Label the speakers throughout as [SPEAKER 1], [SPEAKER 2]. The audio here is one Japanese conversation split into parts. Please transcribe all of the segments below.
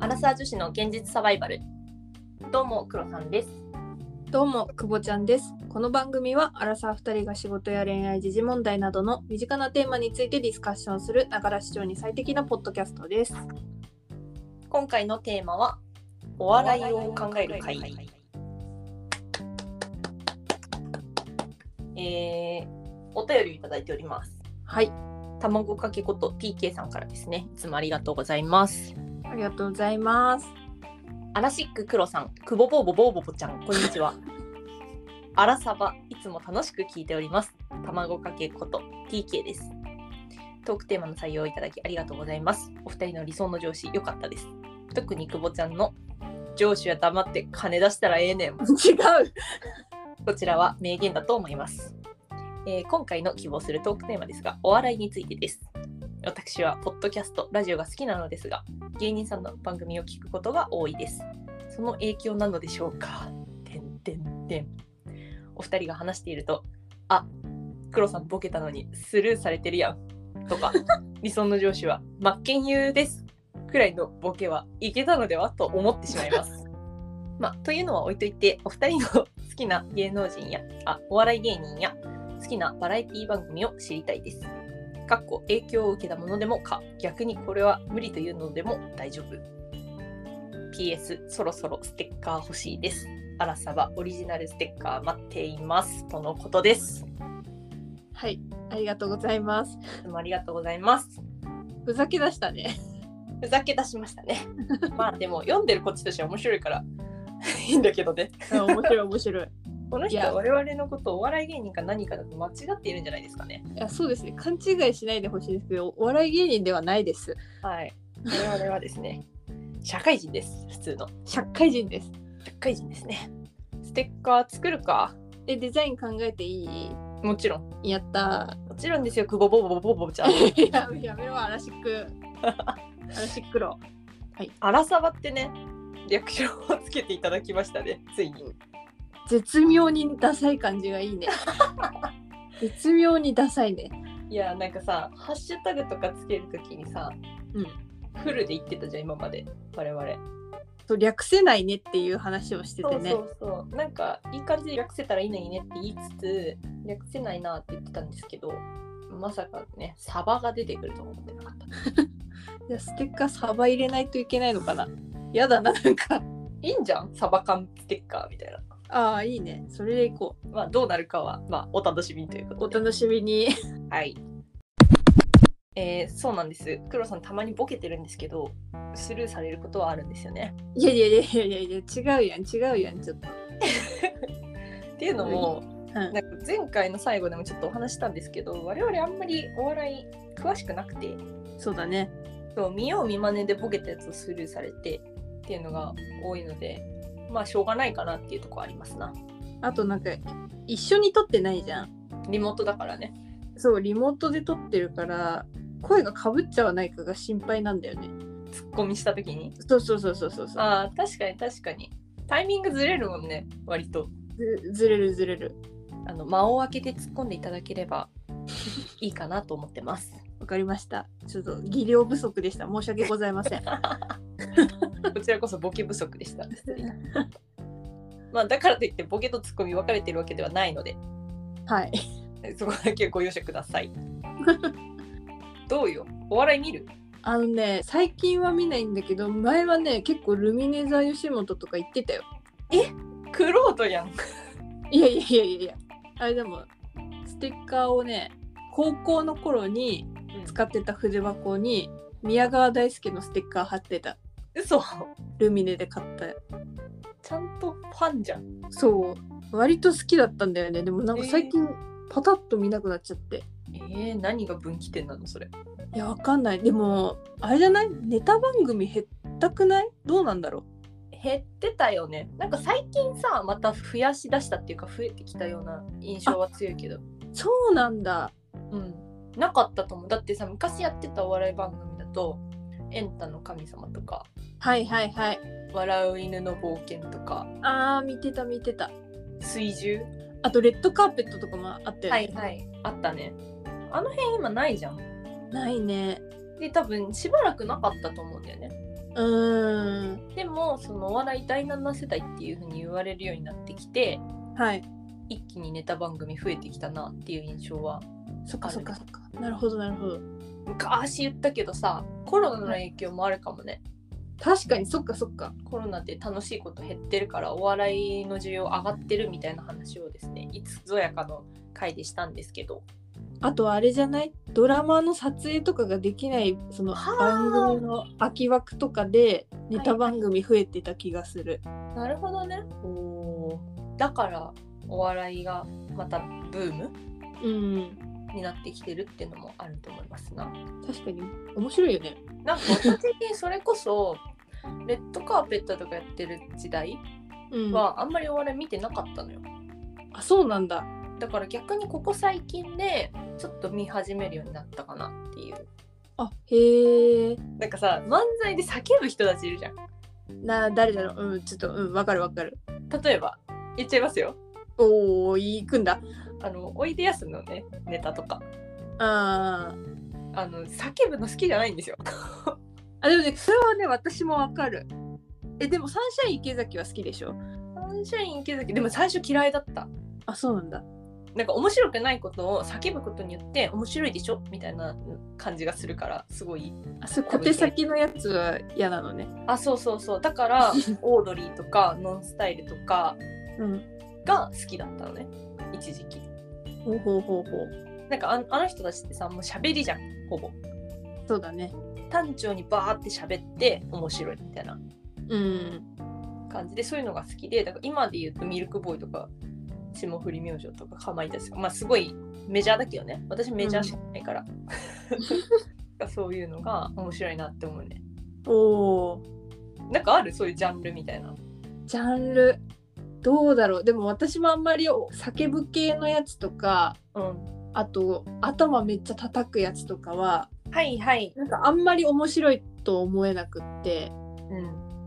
[SPEAKER 1] ラサー女子の現実サバイバル。どうも、黒さんです。
[SPEAKER 2] どうも、くぼちゃんです。この番組は、アラサー2人が仕事や恋愛、時事問題などの身近なテーマについてディスカッションする、ながら視聴に最適なポッドキャストです。
[SPEAKER 1] 今回のテーマは、お笑いを考える会。えー、お便りをいただいております。
[SPEAKER 2] はい、
[SPEAKER 1] 卵かけこと PK さんからですね。いつもありがとうございます。
[SPEAKER 2] ありがとうございます。
[SPEAKER 1] アラシック黒さん、くぼぼぼぼぼぼちゃん、こんにちは。 アラサバ、いつも楽しく聞いております。卵かけこと PK です。トークテーマの採用いただきありがとうございます。お二人の理想の上司、良かったです。特にくぼちゃんの上司は黙って金出したらええねん。
[SPEAKER 2] 違う。
[SPEAKER 1] こちらは名言だと思います、えー今回の希望するトークテーマですが、お笑いについてです。私はポッドキャスト、ラジオが好きなのですが、芸人さんの番組を聞くことが多いです。その影響なのでしょうか。てんてんてん。お二人が話していると、あ、黒さんボケたのにスルーされてるやん。とか、理想の上司は、真剣佑です。くらいのボケはいけたのではと思ってしまいます。まあ、というのは置いといてお二人の 好きな芸能人やあお笑い芸人や好きなバラエティ番組を知りたいです。かっこ影響を受けたものでもか逆にこれは無理というのでも大丈夫。PS そろそろステッカー欲しいです。あらさばオリジナルステッカー待っていますとのことです。
[SPEAKER 2] はい、ありがとうございます。
[SPEAKER 1] いつもありがとうございます。
[SPEAKER 2] ふざけ出したね。
[SPEAKER 1] ふざけ出しましたね。まあでも読んでるこっちとしては面白いからいいんだけどね。
[SPEAKER 2] 面白い、面白い。
[SPEAKER 1] この人
[SPEAKER 2] い
[SPEAKER 1] は
[SPEAKER 2] や
[SPEAKER 1] 我々のことをお笑い芸人か何かだと間違っているんじゃないですかね。
[SPEAKER 2] いや、そうですね。勘違いしないでほしいですけど、お笑い芸人ではないです。
[SPEAKER 1] はい。我々はですね、社会人です。普通の。
[SPEAKER 2] 社会人です。
[SPEAKER 1] 社会人ですね。ステッカー作るか。
[SPEAKER 2] え、デザイン考えていい
[SPEAKER 1] もちろん。
[SPEAKER 2] やった
[SPEAKER 1] もちろんですよ、くぼぼぼぼぼぼちゃん。
[SPEAKER 2] ー。 ややめろ、アラシッ ク。アラシックロ。
[SPEAKER 1] あらさばってね、略称をつけていただきましたね、ついに。
[SPEAKER 2] 絶妙にダサい感じが いいね絶妙にダサいね
[SPEAKER 1] いや、なんかさ、ハッシュタグとかつけるときにさ、
[SPEAKER 2] うん
[SPEAKER 1] フルで言ってたじゃん、今まで、我々。
[SPEAKER 2] そう略せないねっていう話をしててね
[SPEAKER 1] そうそうそう。なんか、いい感じで略せたらいいのにねって言いつつ、略せないなって言ってたんですけど、まさかね、サバが出てくると思ってなかった。
[SPEAKER 2] じゃあステッカーサバ入れないといけないのかなやだななんか
[SPEAKER 1] いいんじゃんサバ缶ステッカーみたいな。
[SPEAKER 2] ああいいねそれでいこう
[SPEAKER 1] まあどうなるかは、まあ、お楽しみということ
[SPEAKER 2] お
[SPEAKER 1] で。
[SPEAKER 2] 楽しみに
[SPEAKER 1] はい。えー、そうなんです。黒さんたまにボケてるんですけど、スルーされることはあるんですよね。
[SPEAKER 2] いやいやいやいやいやいや違うやん違うやんちょっと
[SPEAKER 1] っていうのも、
[SPEAKER 2] うん
[SPEAKER 1] なんか前回の最後でもちょっとお話したんですけど、我々あんまりお笑い詳しくなくて、
[SPEAKER 2] そうだね
[SPEAKER 1] そう見よう見まねでボケたやつをスルーされてっていうのが多いので、まあしょうがないかなっていうところありますな。
[SPEAKER 2] あとなんか一緒に撮ってないじゃん
[SPEAKER 1] リモートだからね。
[SPEAKER 2] そうリモートで撮ってるから声がかぶっちゃわないかが心配なんだよね
[SPEAKER 1] ツッコミしたときに。
[SPEAKER 2] そうそうそうそうそうそう
[SPEAKER 1] ああ確かに確かにタイミングずれるもんね割と
[SPEAKER 2] ずずれるずれる
[SPEAKER 1] あの間を空けて突っ込んでいただければいいかなと思ってます
[SPEAKER 2] わかりました。ちょっと技量不足でした。申し訳ございません。
[SPEAKER 1] こちらこそボケ不足でした まあだからといってボケとツッコミ分かれてるわけではないので
[SPEAKER 2] はい。
[SPEAKER 1] そこだけご容赦くださいどうよお笑い見る
[SPEAKER 2] あのね、最近は見ないんだけど、前はね、結構ルミネ座吉本とか行ってたよ。
[SPEAKER 1] クロートやん
[SPEAKER 2] いやいやいやいやいや。あれでも、ステッカーをね、高校の頃に使ってた筆箱に、宮川大輔のステッカー貼ってた。
[SPEAKER 1] 嘘
[SPEAKER 2] ルミネで買った。
[SPEAKER 1] ちゃんとファンじゃん
[SPEAKER 2] そう。割と好きだったんだよね。でもなんか最近、パタッと見なくなっちゃって。
[SPEAKER 1] えー、何が分岐点なのそれ
[SPEAKER 2] いや、わかんない。でも、あれじゃないネタ番組減ったくないどうなんだろう
[SPEAKER 1] 減ってたよねなんか最近さまた増やしだしたっていうか増えてきたような印象は強いけど
[SPEAKER 2] そうなんだ。
[SPEAKER 1] うんなかったと思うだってさ昔やってたお笑い番組だと「エンタの神様」とか
[SPEAKER 2] はいはいはい。
[SPEAKER 1] 「笑う犬の冒険」とか
[SPEAKER 2] あー、見てた見てた。
[SPEAKER 1] 「水獣
[SPEAKER 2] あと、レッドカーペットとかもあった」よね。
[SPEAKER 1] はいあったねあの辺今ないじゃん
[SPEAKER 2] ないね。
[SPEAKER 1] で多分しばらくなかったと思うんだよね
[SPEAKER 2] うーん
[SPEAKER 1] でもそのお笑い第7世代っていう風に言われるようになってきて
[SPEAKER 2] はい
[SPEAKER 1] 一気にネタ番組増えてきたなっていう印象は
[SPEAKER 2] そっかそっかそっかなるほどなるほど
[SPEAKER 1] 昔言ったけどさコロナの影響もあるかもね、
[SPEAKER 2] 確かにそっかそっか
[SPEAKER 1] コロナで楽しいこと減ってるからお笑いの需要上がってるみたいな話をですねいつぞやかの回でしたんですけど
[SPEAKER 2] あとはあれじゃないドラマの撮影とかができないその
[SPEAKER 1] はあ
[SPEAKER 2] 番組の空き枠とかでネタ番組増えてた気がする、
[SPEAKER 1] なるほどねだからお笑いがまたブーム
[SPEAKER 2] うん
[SPEAKER 1] になってきてるっていうのもあると思いますな
[SPEAKER 2] 確かに面白いよね
[SPEAKER 1] なんか私的にそれこそレッドカーペットとかやってる時代
[SPEAKER 2] うん
[SPEAKER 1] はあんまりお笑い見てなかったのよ
[SPEAKER 2] あそうなんだ
[SPEAKER 1] だから逆にここ最近でちょっと見始めるようになったかなっていう
[SPEAKER 2] あへえ
[SPEAKER 1] なんかさ漫才で叫ぶ人たちいるじゃん
[SPEAKER 2] な誰だろううんちょっとうんわかるわかる
[SPEAKER 1] 例えば言っちゃいますよ
[SPEAKER 2] おお行くんだ
[SPEAKER 1] あのおいでやすのねネタとか
[SPEAKER 2] あー
[SPEAKER 1] あの叫ぶの好きじゃないんですよ
[SPEAKER 2] あでもねそれはね私もわかるえでもサンシャイン池崎は好きでしょ
[SPEAKER 1] サンシャイン池崎でも最初嫌いだった
[SPEAKER 2] あそうなんだ
[SPEAKER 1] なんか面白くないことを叫ぶことによって面白いでしょみたいな感じがするからすごい
[SPEAKER 2] あそれ小手先のやつは嫌なのね
[SPEAKER 1] あそうそうそうだから オードリーとかノンスタイルとか
[SPEAKER 2] うん
[SPEAKER 1] が好きだったのね一時期
[SPEAKER 2] ほうほうほうほう
[SPEAKER 1] なんかああの人たちってさもう喋りじゃんほぼ
[SPEAKER 2] そうだね
[SPEAKER 1] 単調にバーって喋って面白いみたいな
[SPEAKER 2] うん
[SPEAKER 1] 感じでそういうのが好きでだから今で言うとミルクボーイとか霜降り明星とかかまいたちとかまあすごいメジャーだけどね私メジャーしかないから、 そういうのが面白いなって思うね
[SPEAKER 2] おお
[SPEAKER 1] なんかあるそういうジャンルみたいな
[SPEAKER 2] ジャンルどうだろうでも私もあんまり叫ぶ系のやつとか
[SPEAKER 1] うん
[SPEAKER 2] あと頭めっちゃ叩くやつとかは
[SPEAKER 1] はいはい
[SPEAKER 2] なんかあんまり面白いと思えなくって
[SPEAKER 1] う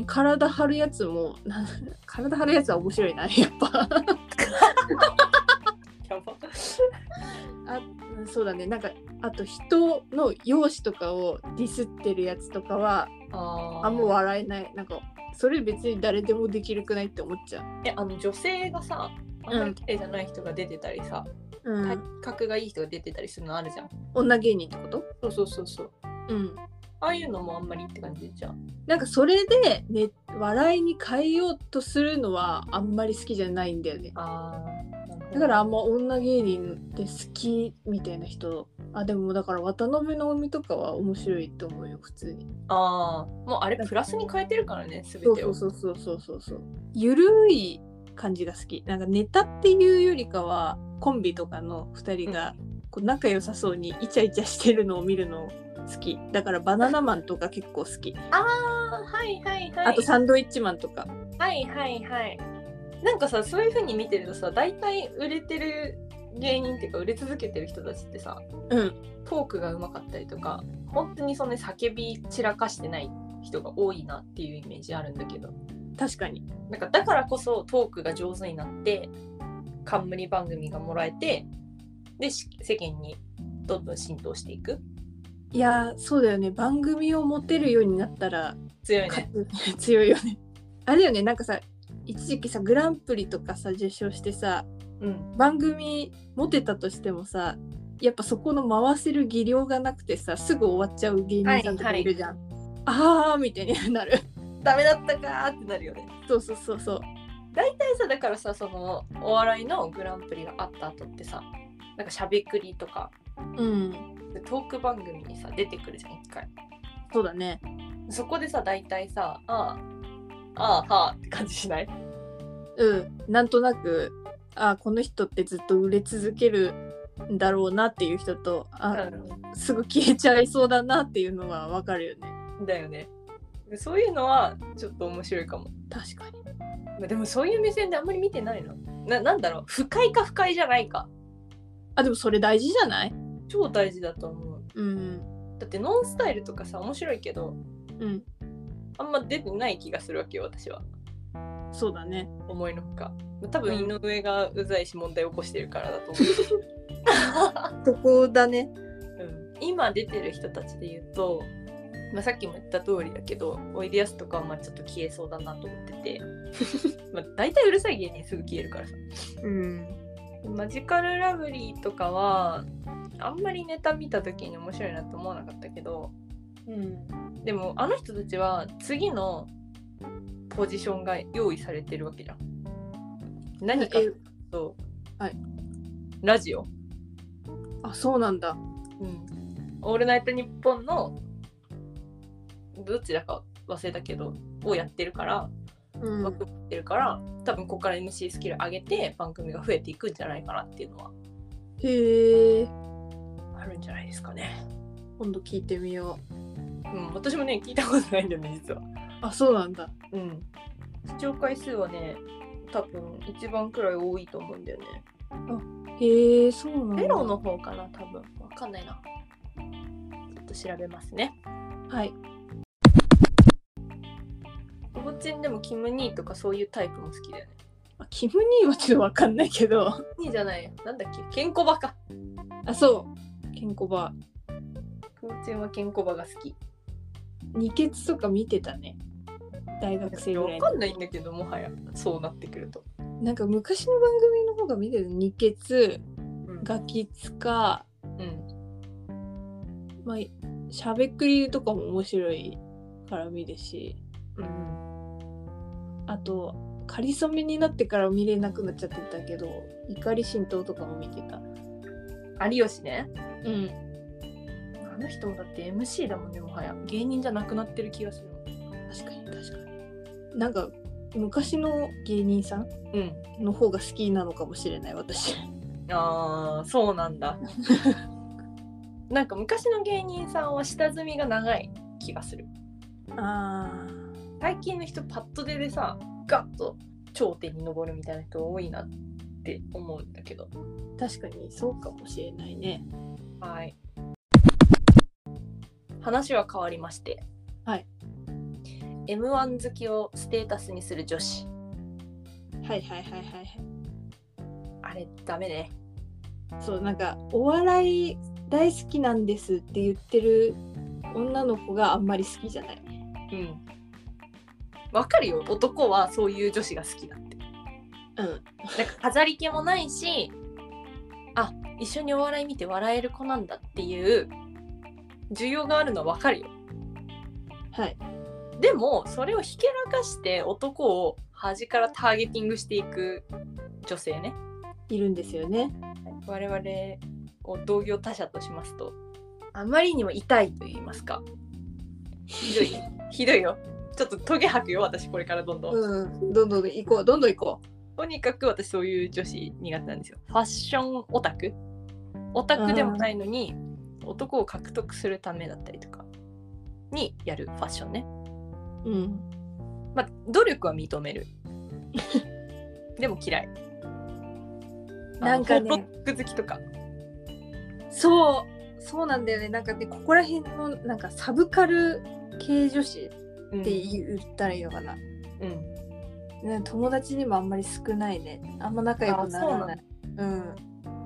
[SPEAKER 1] ん
[SPEAKER 2] 体張るやつもなん体張るやつは面白いなやっぱ
[SPEAKER 1] やば
[SPEAKER 2] あうんそうだねなんかあと人の容姿とかをディスってるやつとかは
[SPEAKER 1] あー
[SPEAKER 2] あんま笑えないなんかそれ別に誰でもできるくないって思っちゃ
[SPEAKER 1] えあの女性がさあんまり綺麗じゃない人が出てたりさ、
[SPEAKER 2] う、う
[SPEAKER 1] 体
[SPEAKER 2] ん、
[SPEAKER 1] 格がいい人が出てたりするのあるじゃん
[SPEAKER 2] 女芸人ってこと
[SPEAKER 1] そうそうそうそう
[SPEAKER 2] うん
[SPEAKER 1] ああいうのもあんまりって感じじゃん
[SPEAKER 2] なんかそれで、ね、笑いに変えようとするのはあんまり好きじゃないんだよね
[SPEAKER 1] あ
[SPEAKER 2] だからあんま女芸人で好きみたいな人あでもだから渡辺直美とかは面白いと思うよ普通に
[SPEAKER 1] あーもうあれプラスに変えてるからね全て
[SPEAKER 2] そ
[SPEAKER 1] を
[SPEAKER 2] うそうそうそうそうそうゆるい感じが好きなんかネタっていうよりかはコンビとかの2人がこう仲良さそうにイチャイチャしてるのを見るの好きだからバナナマンとか結構好き、
[SPEAKER 1] あはいはいはい
[SPEAKER 2] あとサンドイッチマンとか
[SPEAKER 1] はいはいはいなんかさそういうふうに見てるとさ大体売れてる芸人っていうか売れ続けてる人たちってさ
[SPEAKER 2] うん
[SPEAKER 1] トークがうまかったりとか本当にその、ね、叫び散らかしてない人が多いなっていうイメージあるんだけど
[SPEAKER 2] 確かに
[SPEAKER 1] なんかだからこそトークが上手になって冠番組がもらえてでし世間にどんどん浸透していく
[SPEAKER 2] いやーそうだよね番組を持てるようになったら
[SPEAKER 1] 強い
[SPEAKER 2] 勝
[SPEAKER 1] ね
[SPEAKER 2] つ 強いよねあれだよねなんかさ一時期さグランプリとかさ受賞してさ
[SPEAKER 1] うん
[SPEAKER 2] 番組持てたとしてもさやっぱそこの回せる技量がなくてさすぐ終わっちゃう芸人さんとかいるじゃん、あーみたいになる
[SPEAKER 1] ダメだったかーってなるよね
[SPEAKER 2] そうそうそうそう
[SPEAKER 1] でさだからさそのお笑いのグランプリがあった後ってさなんかしゃべくりとか
[SPEAKER 2] うん
[SPEAKER 1] トーク番組にさ出てくるじゃん一回
[SPEAKER 2] そうだね
[SPEAKER 1] そこでさ大体さああああはあって感じしない
[SPEAKER 2] うんなんとなくあーこの人ってずっと売れ続けるんだろうなっていう人とあー、すぐ消えちゃいそうだなっていうのはわかるよね
[SPEAKER 1] だよねそういうのはちょっと面白いかも
[SPEAKER 2] 確かに
[SPEAKER 1] まあでもそういう目線であんまり見てないのななんだろう不快か不快じゃないか
[SPEAKER 2] あでもそれ大事じゃない
[SPEAKER 1] 超大事だと思う
[SPEAKER 2] うん
[SPEAKER 1] だってノンスタイルとかさ面白いけど
[SPEAKER 2] うん
[SPEAKER 1] あんま出てない気がするわけよ私は
[SPEAKER 2] そうだね
[SPEAKER 1] 思いのほか多分井上がうざいし問題起こしてるからだと思う
[SPEAKER 2] そこだね
[SPEAKER 1] うん今出てる人たちで言うとまあ、さっきも言った通りだけどおいでやすとかはまあちょっと消えそうだなと思っててまあ大体うるさい芸人すぐ消えるからさ
[SPEAKER 2] うん
[SPEAKER 1] マジカルラブリーとかはあんまりネタ見た時に面白いなと思わなかったけど
[SPEAKER 2] うん
[SPEAKER 1] でもあの人たちは次のポジションが用意されてるわけじゃん何かと、
[SPEAKER 2] はい
[SPEAKER 1] ラジオ、
[SPEAKER 2] あそうなんだ
[SPEAKER 1] オールナイトニッポン」のどちらか忘れたけどをやってるから
[SPEAKER 2] う
[SPEAKER 1] 枠持ってるから、多分ここから MC スキル上げて番組が増えていくんじゃないかなっていうのは
[SPEAKER 2] へえ
[SPEAKER 1] あるんじゃないですかね。
[SPEAKER 2] 今度聞いてみよ
[SPEAKER 1] うん、私もね聞いたことないんだよね実は。
[SPEAKER 2] うあそうなんだ
[SPEAKER 1] うん。視聴回数はね多分一番くらい多いと思うんだよね。
[SPEAKER 2] へえそうなんだ
[SPEAKER 1] ペロの方かな多分わかんないな。ちょっと調べますね。
[SPEAKER 2] はい
[SPEAKER 1] おぼちんでもキム・ニーとかそういうタイプも好きだよね。
[SPEAKER 2] あキムニーはちょっとわかんないけど
[SPEAKER 1] ニーじゃないよなんだっけケンコバか。
[SPEAKER 2] あそうケンコバ
[SPEAKER 1] おぼちんはケンコバが好き。
[SPEAKER 2] 二ケツとか見てたね大学生ぐら
[SPEAKER 1] わ
[SPEAKER 2] い
[SPEAKER 1] か
[SPEAKER 2] の
[SPEAKER 1] んないんだけどもはやそうなってくると。
[SPEAKER 2] なんか昔の番組の方が見てる二ケツ
[SPEAKER 1] うん
[SPEAKER 2] ガキツカ
[SPEAKER 1] うん。
[SPEAKER 2] まあしゃべくりとかも面白いから見るし
[SPEAKER 1] うん。
[SPEAKER 2] あとかりそめになってから見れなくなっちゃってたけど怒り浸透とかも見てた
[SPEAKER 1] 有吉ね。
[SPEAKER 2] うん
[SPEAKER 1] あの人もだって MC だもんねもはや芸人じゃなくなってる気がする
[SPEAKER 2] 確かに確かになんか昔の芸人さん
[SPEAKER 1] うん
[SPEAKER 2] の方が好きなのかもしれない私
[SPEAKER 1] あーそうなんだ なんか昔の芸人さんは下積みが長い気がする
[SPEAKER 2] あ
[SPEAKER 1] 最近の人パッと出でさガッと頂点に上るみたいな人多いなって思うんだけど
[SPEAKER 2] 確かにそうかもしれないね
[SPEAKER 1] はい話は変わりまして
[SPEAKER 2] はい
[SPEAKER 1] m 1好きをステータスにする女子
[SPEAKER 2] はいはいはいはいはい
[SPEAKER 1] あれダメね
[SPEAKER 2] そうなんかお笑い大好きなんですって言ってる女の子があんまり好きじゃない
[SPEAKER 1] うんわかるよ男はそういう女子が好きだって
[SPEAKER 2] うん
[SPEAKER 1] なんか飾り気もないしあ一緒にお笑い見て笑える子なんだっていう需要があるのは分かるよ
[SPEAKER 2] はい
[SPEAKER 1] でもそれをひけらかして男を端からターゲティングしていく女性ね
[SPEAKER 2] いるんですよね
[SPEAKER 1] 我々を同業他社としますとあまりにも痛いと言いますかひどいひどいよちょっとトゲ吐くよ私これからどんどん、
[SPEAKER 2] うんどんどん行こうどんどん行こと
[SPEAKER 1] にかく私そういう女子苦手なんですよファッションオタクオタクでもないのに男を獲得するためだったりとかにやるファッションね
[SPEAKER 2] ううん
[SPEAKER 1] まあ努力は認め るでも嫌い
[SPEAKER 2] なんかね
[SPEAKER 1] あのホットロック好きとか
[SPEAKER 2] そうそうなんだよねなんかねここら辺のなんかサブカル系女子
[SPEAKER 1] うん
[SPEAKER 2] って言ったらいいのかな、
[SPEAKER 1] うん
[SPEAKER 2] ね、友達にもあんまり少ないねあんま仲良くならないうん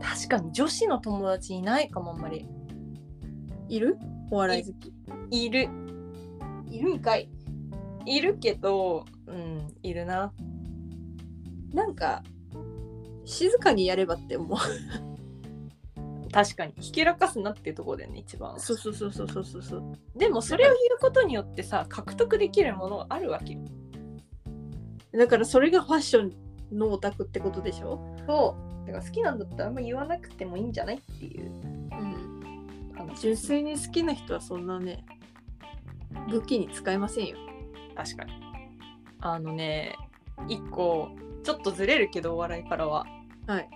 [SPEAKER 1] 確かに女子の友達いないかもあんまり
[SPEAKER 2] いるお笑い好
[SPEAKER 1] いる
[SPEAKER 2] きいるんかい
[SPEAKER 1] いるけどうんいるな
[SPEAKER 2] なんか静かにやればって思う
[SPEAKER 1] 確かにひけらかすなっていうところだよね一番
[SPEAKER 2] そうそうそうそうそうそうそう
[SPEAKER 1] でもそれを言うことによってさ獲得できるものがあるわけよ。
[SPEAKER 2] だからそれがファッションのオタクってことでしょ
[SPEAKER 1] そうだから好きなんだったらあんま言わなくてもいいんじゃないっていう
[SPEAKER 2] うん
[SPEAKER 1] 話
[SPEAKER 2] 純粋に好きな人はそんなね武器に使えませんよ
[SPEAKER 1] 確かに。あのね一個ちょっとずれるけどお笑いからは
[SPEAKER 2] はい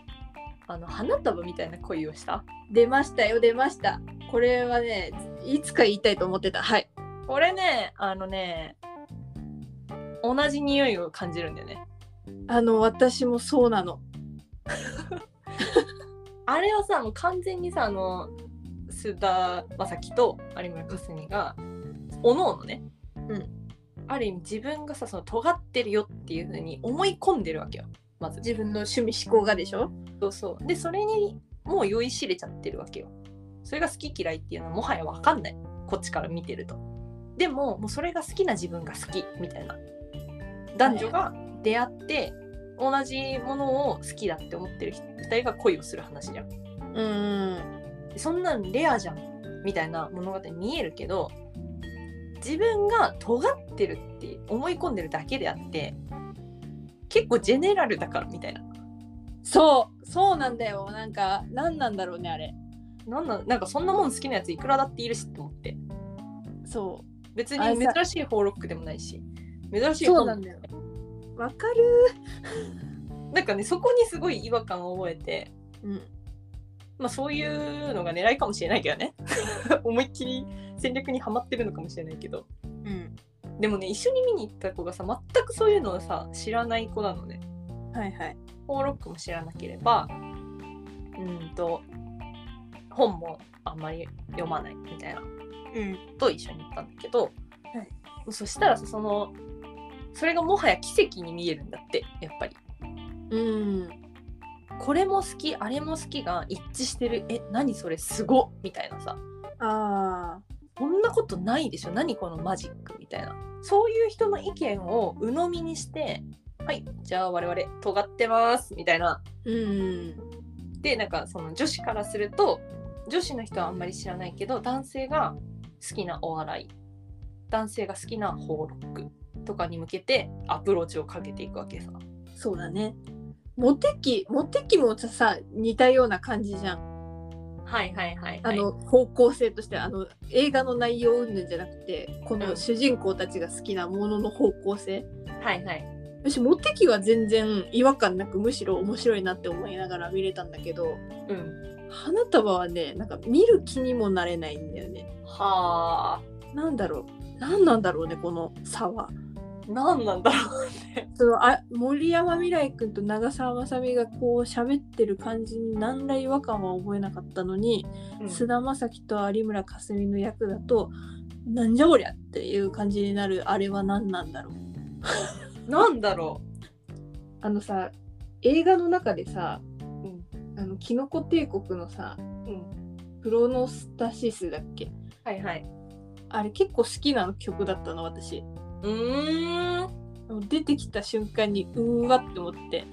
[SPEAKER 1] あの花束みたいな恋をした
[SPEAKER 2] 出ましたよ出ましたこれはねいつか言いたいと思ってたはい
[SPEAKER 1] これねあのね同じ匂いを感じるんだよね。
[SPEAKER 2] あの私もそうなの
[SPEAKER 1] あれはさもう完全にさあの須田将暉と有村架純がおのおのね、
[SPEAKER 2] うん
[SPEAKER 1] ある意味自分がさその尖ってるよっていうふうに思い込んでるわけよまず
[SPEAKER 2] 自分の趣味思考がでしょ
[SPEAKER 1] そうそうでそれにもう酔いしれちゃってるわけよそれが好き嫌いっていうのはもはや分かんないこっちから見てるとでももうそれが好きな自分が好きみたいな男女が出会って同じものを好きだって思ってる人2人が恋をする話じゃん
[SPEAKER 2] うん
[SPEAKER 1] そんなんレアじゃんみたいな物語に見えるけど自分が尖ってるって思い込んでるだけであって結構ジェネラルだからみたいな
[SPEAKER 2] そうそうなんだよなんか何なんだろうねあれ
[SPEAKER 1] なんなんなんかそんなもん好きなやついくらだっているしって思って
[SPEAKER 2] そ
[SPEAKER 1] 別
[SPEAKER 2] あれ
[SPEAKER 1] に
[SPEAKER 2] さ
[SPEAKER 1] 珍しい放ロックでもないし珍し
[SPEAKER 2] う
[SPEAKER 1] い本
[SPEAKER 2] よわかる
[SPEAKER 1] なんかねそこにすごい違和感を覚えて
[SPEAKER 2] うん
[SPEAKER 1] まあそういうのが狙いかもしれないけどね 思いっきり戦略にはまってるのかもしれないけど
[SPEAKER 2] うん
[SPEAKER 1] でもね一緒に見に行った子がさ全くそういうのをさ知らない子なのね
[SPEAKER 2] はいはい
[SPEAKER 1] フォーロックも知らなければうんと本もあんまり読まないみたいな
[SPEAKER 2] うん
[SPEAKER 1] と一緒に行ったんだけど、そしたらさそのそれがもはや奇跡に見えるんだってやっぱり
[SPEAKER 2] うん
[SPEAKER 1] これも好きあれも好きが一致してるえ何それすごっみたいなさ
[SPEAKER 2] あ
[SPEAKER 1] こんなことないでしょ何このマジックみたいなそういう人の意見を鵜呑みにしてはいじゃあ我々尖ってますみたいな
[SPEAKER 2] ーうん
[SPEAKER 1] でなんかその女子からすると女子の人はあんまり知らないけど男性が好きなお笑い男性が好きなホーロックとかに向けてアプローチをかけていくわけさ
[SPEAKER 2] そうだねモテ期モテ期もさ似たような感じじゃん
[SPEAKER 1] はいはいはい
[SPEAKER 2] あの方向性としてはあの映画の内容云々じゃなくてこ
[SPEAKER 1] う
[SPEAKER 2] の
[SPEAKER 1] ん
[SPEAKER 2] 主人公たちが好きなものの方向性
[SPEAKER 1] はいはい
[SPEAKER 2] 私モテ期は全然違和感なくむしろ面白いなって思いながら見れたんだけど
[SPEAKER 1] うん
[SPEAKER 2] 花束はねなんか見る気にもなれないんだよね
[SPEAKER 1] はあ
[SPEAKER 2] なんだろうなんなんだろうねこの差は
[SPEAKER 1] 何なんだろう
[SPEAKER 2] そのあ森山未来君と長澤まさみがこう喋ってる感じに何ら違和感は覚えなかったのに
[SPEAKER 1] す
[SPEAKER 2] 菅田将暉と有村架純の役だとなんじゃこりゃっていう感じになるあれは何なんだろう
[SPEAKER 1] なんだろ
[SPEAKER 2] あのさ映画の中でさ
[SPEAKER 1] う、うん
[SPEAKER 2] あのキノコ帝国のさ
[SPEAKER 1] うん、
[SPEAKER 2] プロノスタシスだっけ
[SPEAKER 1] はいはい
[SPEAKER 2] あれ結構好きな曲だったの私
[SPEAKER 1] うーん
[SPEAKER 2] もう出てきた瞬間にうーわって思って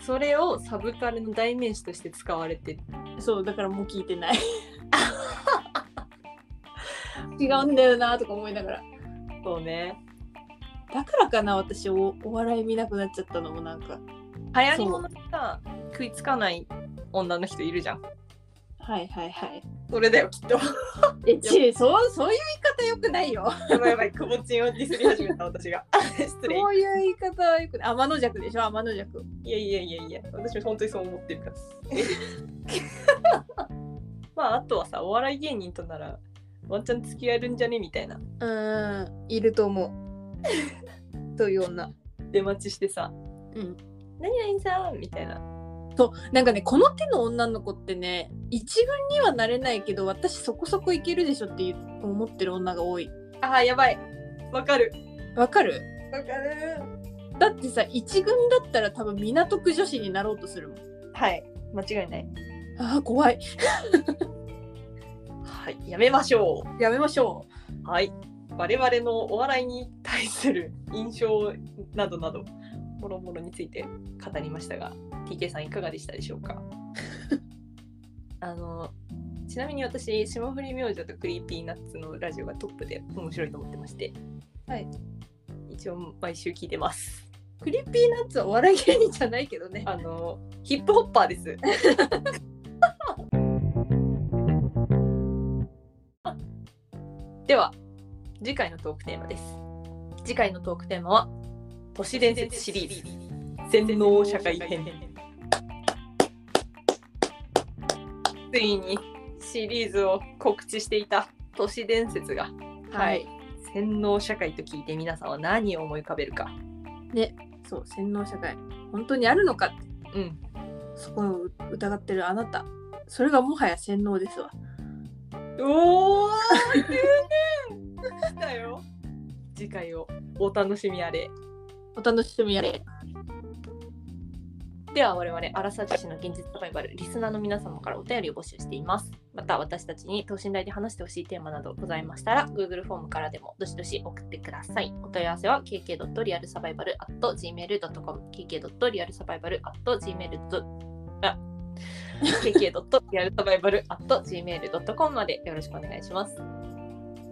[SPEAKER 1] それをサブカルの代名詞として使われてる
[SPEAKER 2] そうだからもう聞いて ない違うんだよなとか思いながら
[SPEAKER 1] そうね
[SPEAKER 2] だからかな私おお笑い見なくなっちゃったのもなんか
[SPEAKER 1] 流行り物にさ食いつかない女の人いるじゃん
[SPEAKER 2] はいはいはい
[SPEAKER 1] それだよきっと
[SPEAKER 2] えちえそうそういう言い方よくないよ
[SPEAKER 1] やばいやばい、くぼちんをディスり始めた私が。 失礼。
[SPEAKER 2] そういう言い方はよくない天の弱でしょ天の弱
[SPEAKER 1] いやいやいやいや、私も本当にそう思ってるから。 まあ、あとはさ、お笑い芸人となら、ワンチャン付き合えるんじゃねみたいな。
[SPEAKER 2] うーんいると思う という女
[SPEAKER 1] 出待ちしてさ、
[SPEAKER 2] うん
[SPEAKER 1] 何々さんみたいな。
[SPEAKER 2] そうなんかねこの手の女の子ってね一軍にはなれないけど私そこそこいけるでしょっていう思ってる女が多い
[SPEAKER 1] ああ、やばい。わかる。
[SPEAKER 2] わかる
[SPEAKER 1] わかる。
[SPEAKER 2] だってさ一軍だったら多分港区女子になろうとするもん
[SPEAKER 1] はい、間違いない。
[SPEAKER 2] あー怖い
[SPEAKER 1] はい、やめましょ
[SPEAKER 2] やめましょ
[SPEAKER 1] う。はい。我々のお笑いに対す る印象などなど、もろもろについて語りましたが、TK さんいかがでしたでしょうか あのちなみに私霜降り明星とクリーピーナッツのラジオがトップで面白いと思ってまして、
[SPEAKER 2] はい、
[SPEAKER 1] 一応毎週聞いてます
[SPEAKER 2] うクリーピーナッツはお笑い芸人じゃないけどね
[SPEAKER 1] あのヒップホッパーです では次回のトークテーマです次回のトークテーマは都市伝説シリーズ洗脳社会編ついにシリーズを告知していた都市伝説が
[SPEAKER 2] はい
[SPEAKER 1] 洗脳社会と聞いて皆さんは何を思い浮かべるか
[SPEAKER 2] そう洗脳社会本当にあるのかっ
[SPEAKER 1] う
[SPEAKER 2] て
[SPEAKER 1] ん
[SPEAKER 2] そこを疑ってるあなたそれがもはや洗脳ですわ
[SPEAKER 1] お お、9年だよ。次回をお楽しみあれ。
[SPEAKER 2] お楽しみやれ
[SPEAKER 1] では我々アラサー女子の現実サバイバルリスナーの皆様からお便りを募集していますまた私たちに等身大で話してほしいテーマなどございましたら Google フォームからでもどしどし送ってください。お問い合わせは kk.realsurvival.gmail.com kk.realsurvival.gmail.com あ kk.realsurvival.gmail.com までよろしくお願いします。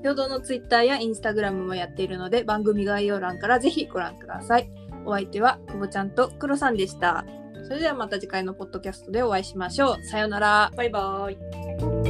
[SPEAKER 2] 共同のツイッターやインスタグラムもやっているので番組概要欄からぜひご覧ください。お相手は久保ちゃんと黒さんでした。それではまた次回のポッドキャストでお会いしましょう。さようなら。
[SPEAKER 1] バイバーイ。